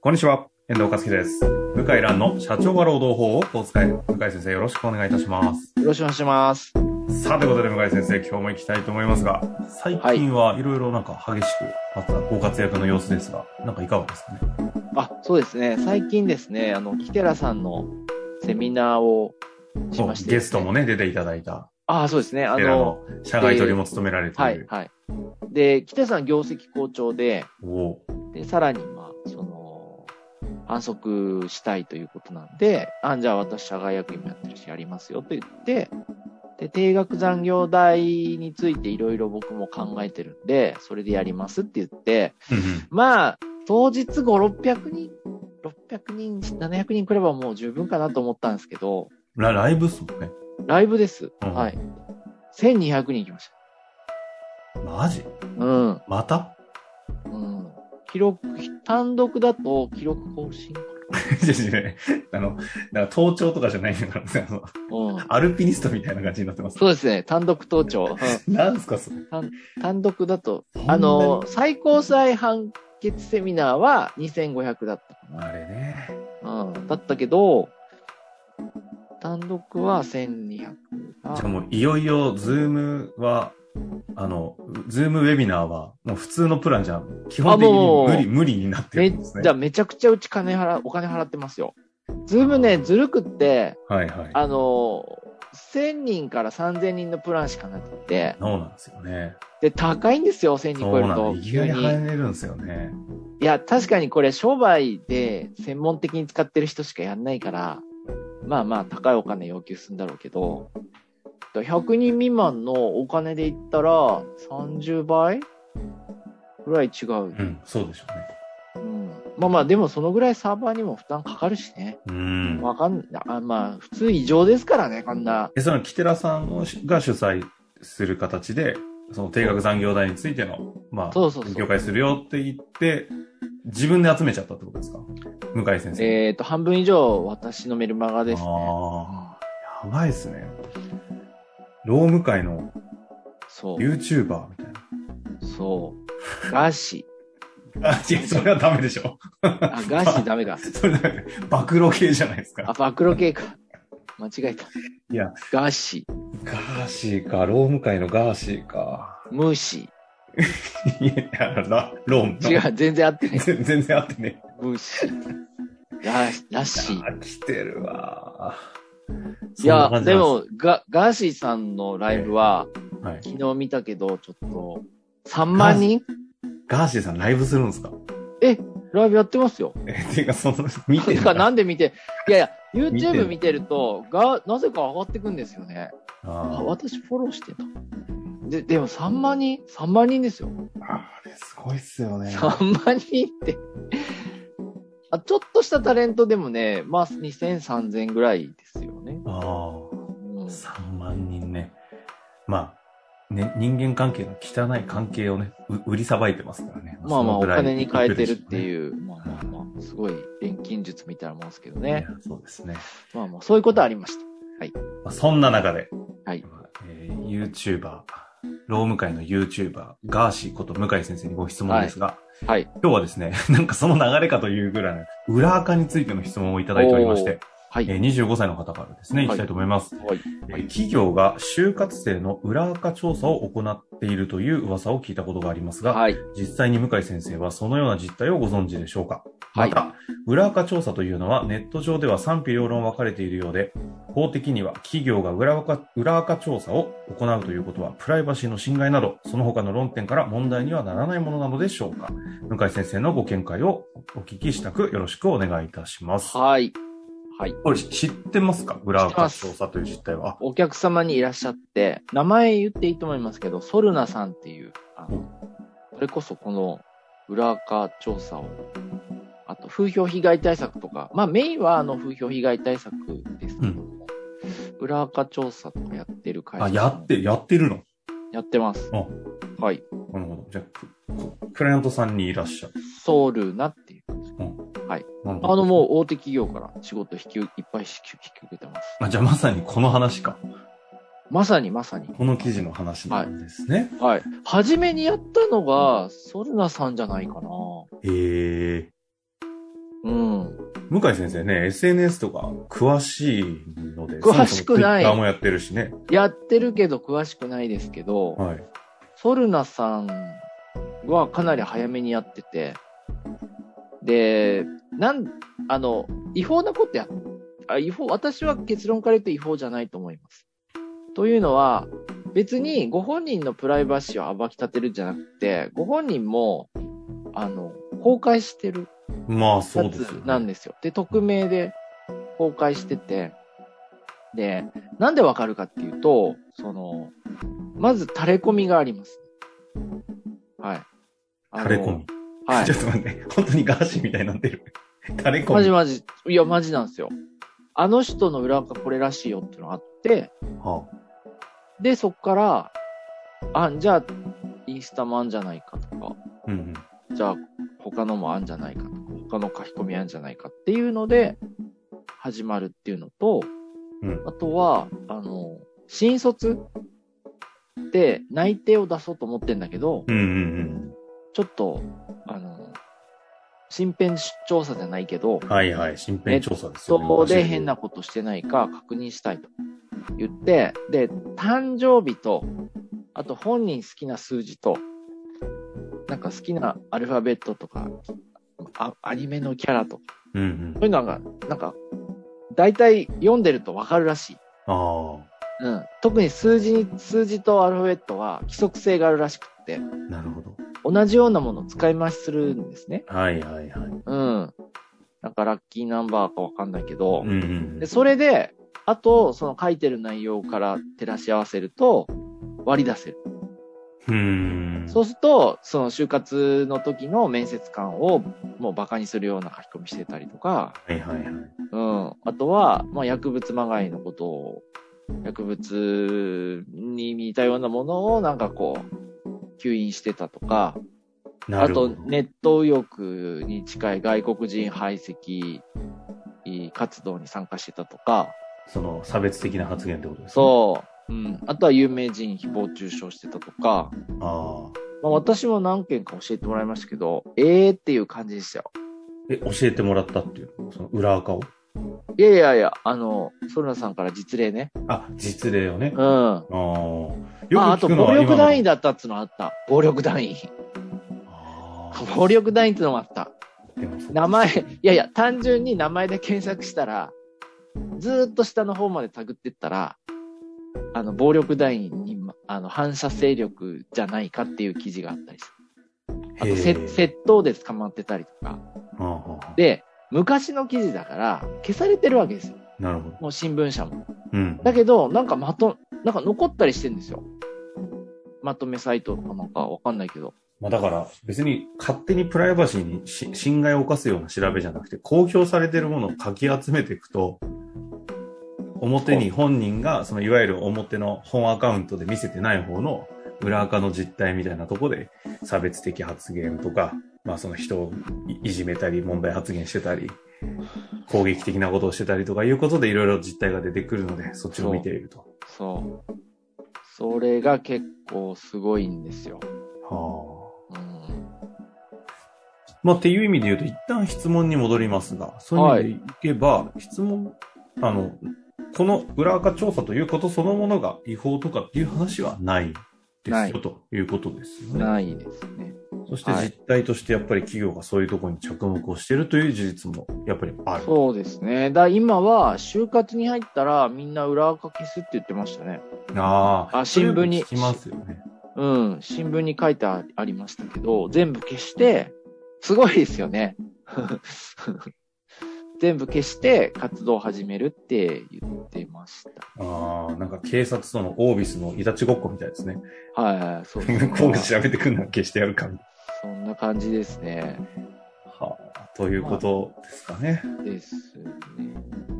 こんにちは、遠藤和樹です。向井蘭の社長が労働法をお使い、向井先生よろしくお願いいたします。よろしくお願いします。さあ、ということで向井先生、今日も行きたいと思いますが、最近はいろいろなんか激しくあったご活躍の様子ですが、なんかいかがですかね。あ、そうですね。最近ですね、あの、キテラさんのセミナーをしまして、ゲストもね、出ていただいた、あ、そうですね。あエラのの、社外取りも務められていはいる、。はい。で、キテラさん業績好調で、おーで、さらに、まあ、その、反則したいということなんで、あ、じゃあ私、社外役員もやってるし、やりますよと言って、で、定額残業代についていろいろ僕も考えてるんで、それでやりますって言って、うんうんまあ、当日5、600人、600人、700人来ればもう十分かなと思ったんですけど、ラライブっすもんね。ライブです。うんはい。1200人来ましマジた。うん。またうん。記録、単独だと記録更新。いやいやいやあの、なんか盗聴とかじゃないんだからねあのうん。アルピニストみたいな感じになってます。そうですね。単独登頂。うなんですか、それ。ん単独だと。そんなあにの、、最高裁判決セミナーは2500だったかあれね。な。うん。だったけど、単独は1200。あじゃあもういよいよ、ズームは、あの、ズームウェビナーは、もう普通のプランじゃ、基本的あもうに無理、無理になってめるんですね。じゃあめちゃくちゃうち金払、お金払ってますよ。ズームね、ずるくって、はいはい。あのー、1000人から3000人のプランしかなくて、そうなんですよね。で、高いんですよ、1000人そ超えうるなんと。だ。いきなり急に入れるんですよね。いや、確かにこれ商売で専門的に使ってる人しかやんないから、まあまあ高いお金要求するんだろうけど、100人未満のお金で言ったら30倍ぐらい違う。うん、そうでしょうね。うん、まあまあ、でもそのぐらいサーバーにも負担かかるしね。うん。わかんない。あまあ、普通異常ですからね、こんな。え、その、キテラさんをしが主催する形で、その定額残業代についての、まあ、そうそうそ勉う強会するよって言って、自分で集めちゃったってことですか向井先生。えっ、と、半分以上私のメルマガですね。ああ。やばいっすね。労務会のそ YouTuber みたいな。う、そう。ガシ。あ、違う、それはダメでしょ。あ、ガシダメだ。それダメ。暴露系じゃないですあ、か。暴露系か。間違えた。いや。ガシ、ガーシーか、労務会のガーシーか。ムーシ。いや、ラ、ローンの。違う、全然合ってない。全全然合ってね。ムーシ。ララッシー。あ、来てるわ。いやそんな感、じでなんすも、ガ、ガーシーさんのライブは、はい、昨日見たけど、ちょっと、3万人ガーシーさんライブするんですかライブやってますよ。え、ていうか、その、見ててるか、なんで見て、いやいや、見てる YouTube 見てると、が、なぜか上がってくんですよね。あ、あー私フォローしてた。で、でも3万人 ?3 万人ですよ。あー、すごいっすよね。 3万人って。あ、ちょっとしたタレントでもね、まあ2000、3000ぐらいですよね。ああ。うん3万人ね。まあ、ね、人間関係の汚い関係をね、う売りさばいてますからね。まあまあ、お金に変えてるってう。いう、まあまあまあ、すごい錬金術みたいなもんですけどね。いやそうですね。まあまあ、そういうことはありました。まあ、そんな中で、はいえー、YouTuber、労務会の YouTuber、ガーシーこと向井先生にご質問ですが、はい。今日はですね、 なんかその流れかというぐらいの裏垢についての質問をいただいておりまして、はい。えー25歳の方からですね、いきたいと思います。はい。えー企業が就活生の裏垢調査を行っているという噂を聞いたことがありますが、はい。実際に向井先生はそのような実態をご存知でしょうかはまいた、裏垢調査というのはネット上では賛否両論分かれているようで、法的には企業が裏垢裏垢調査を行うということはプライバシーの侵害など、その他の論点から問題にはならないものなのでしょうか向井先生のご見解をお聞きしたくよろしくお願いいたします。はい。はい。これ知ってますか裏垢調査という実態は。お客様にいらっしゃって、名前言っていいと思いますけど、ソルナさんっていう、あうんの、それこそこの裏垢調査を、あと風評被害対策とか、まあメインはあの風評被害対策ですけども、裏垢調査とかやってる会あ、社。やって、やってるのやってます。あはい。なるほど。じゃあク、ククライアントさんにいらっしゃる。ソルナっていう。なるほどあのもう大手企業から仕事引き、いっぱい引き引き受けてます。あじゃあまさにこの話か。まさにまさに。この記事の話なんですね。はい。初めにやったのが、ソルナさんじゃないかな。へえ。うん。向井先生ね、SNS とか詳しいので、詳しくないそもそも Twitter もやってるしね。やってるけど詳しくないですけど、はい。ソルナさんはかなり早めにやってて、で、なん、あの、違法なことや、あ違法、私は結論から言うと違法じゃないと思います。というのは、別にご本人のプライバシーを暴き立てるんじゃなくて、ご本人も、あの、公開してるまあ、そやうですよ、つね。なんですよ。で、匿名で公開してて、で、なんでわかるかっていうと、その、まず垂れ込みがあります。はい。あの垂れ込み。は いちょ。っと待って、本当にガーシーみたいになってる。垂れマ込み。ジマジ。いや、マジなんですよ。あの人の裏がこれらしいよっていうのがあって、はで、そこから、あ、じゃあ、インスタもあんじゃないかとか、あ、うんうん。じゃあ、他のもあんじゃないかとか、他の書き込みあんじゃないかっていうので、始まるっていうのと、うんあとは、あの、新卒で内定を出そうと思ってんだけど、うんうんちょっと、あの、身辺調査じゃないけどうん。、はいはい。身辺調査ですそよね。こで変なことしてないか確認したいと言って、で、誕生日と、あと本人好きな数字と、なんか好きなアルファベットとか、あアニメのキャラとか、うんうんそうい。うのが、なんか、大体読んでるとわかるらしい。あうん。特に数字に、数字とアルファベットは規則性があるらしくって、あ、なるほど。同じようなものを使い回しするんですね。はいはいはい。うん。なんかラッキーナンバーかわかんないけど、うんうんで、。それで、あと、その書いてる内容から照らし合わせると、割り出せる。うん。そうすると、その就活の時の面接官をもう馬鹿にするような書き込みしてたりとか、はいはいはい。うん。あとは、まあ、薬物まがいのことを、薬物に似たようなものをなんかこう、吸引してたとか、なあるほとど。、ネット右翼に近い外国人排斥活動に参加してたとか、その差別的な発言ってことですね。そう。うん。あとは有名人誹謗中傷してたとか、う。ああ。まあ、私も何件か教えてもらいましたけど、ええー、っていう感じでしたよ。え、教えてもらったっていう、その裏垢を。いやいやいや、あの、ソルナさんから実例ね。あ、実例をね。うん。ああ。あよくあと、聞くの暴は今力団員の。だったっつのあった。暴力団員。ああ 暴力団員ってのもあった。でもそう名前、いやいや、単純に名前で検索したら、ずーっと下の方まで探ってったら、あの、暴力団員に、まあの、反射勢力じゃないかっていう記事があったりする。あと、せへー窃盗で捕まってたりとか。ああああで、昔の記事だから、消されてるわけですよ。なるほど。もう新聞社も。うん。だけど、なんかまと、なんか残ったりしてんですよ。まとめサイトとかなんかわかんないけど。まあだから別に勝手にプライバシーにし侵害を犯すような調べじゃなくて公表されているものをかき集めていくと表に本人がそのいわゆる表の本アカウントで見せてない方の裏垢の実態みたいなとこで差別的発言とか、まあその人をいいじめたり問題発言してたり攻撃的なことをしてたりとかいうことでいろいろ実態が出てくるのでそっちを見ていると。そう。それが結構すごいんですよ。はあうん。まあ、っていう意味で言うと、一旦質問に戻りますが、そういう意味でいけば、質問、あの、この裏垢調査ということそのものが違法とかっていう話はないでなすいよということですよね。ないですね。そしてはい実態としてやっぱり企業がそういうところに着目をしているという事実もやっぱりある。そうですね。だ今は、就活に入ったら、みんな裏垢消すって言ってましたね。ああ、あ新聞にそれよく聞きますよね。うん。新聞に書いてあありましたけど、全部消して、すごいですよね。 全部消して活動を始めるって言ってましああ、なんか警察とのオービスのいたちごっこみたいですね。 た。はいはい、そうです ね。今後調べてくるのは消してやるかみたいそんな感じですね。な。はあ、ということですかね。ですね。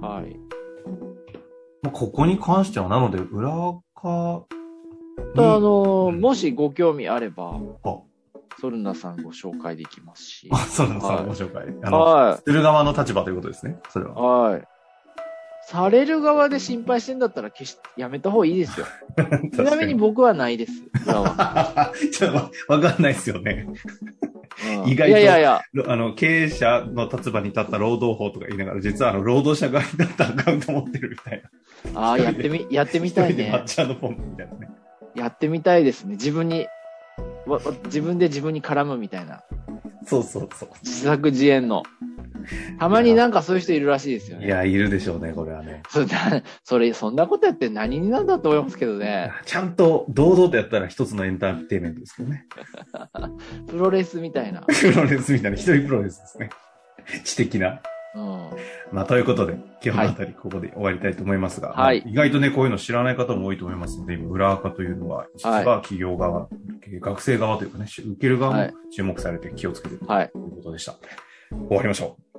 はい。まあ、ここに関しては、なので、裏垢あに、の、うんもしご興味あれば、あ、ソルナさんご紹介できますしあ。そうなんですはいご紹介。あの、はい。する側の立場ということですね、それは。はい。される側で心配してんだったら消し、やめた方がいい ですよ。ちなみに僕はないです。裏は確かにちょっとわわかんないですよね。うん意外といやいやいや、ろあの、経営者の立場に立った労働法とか言いながら、実はあの、労働者側に立ったアカウント持ってるみたいな。ああ、やってみ、やってみたい一人でね抹。茶のポンプみたいなね。やってみたいですね。自分に、わわ自分で自分に絡むみたいな。そうそうそう。自作自演の。たまになんかそういう人いるらしいですよいね。や、いるでしょうね、これはね。そなそれ、そんなことやって何になんだと思いますけ どね。ちゃんと堂々とやったら一つのエンターテインメントですけどね。プロレスみたいな。プロレスみたいな、一人プロレスですね。知的な。うん。まあ、ということで、今日のあたりここで終わりたいと思いますが、はいまあ意外とね、こういうの知らない方も多いと思いますので、今、裏垢というのは、実は企業側、学生側というかね、し受ける側はもい注目されて気をつけてとはい。いうことでした。終わりましょう。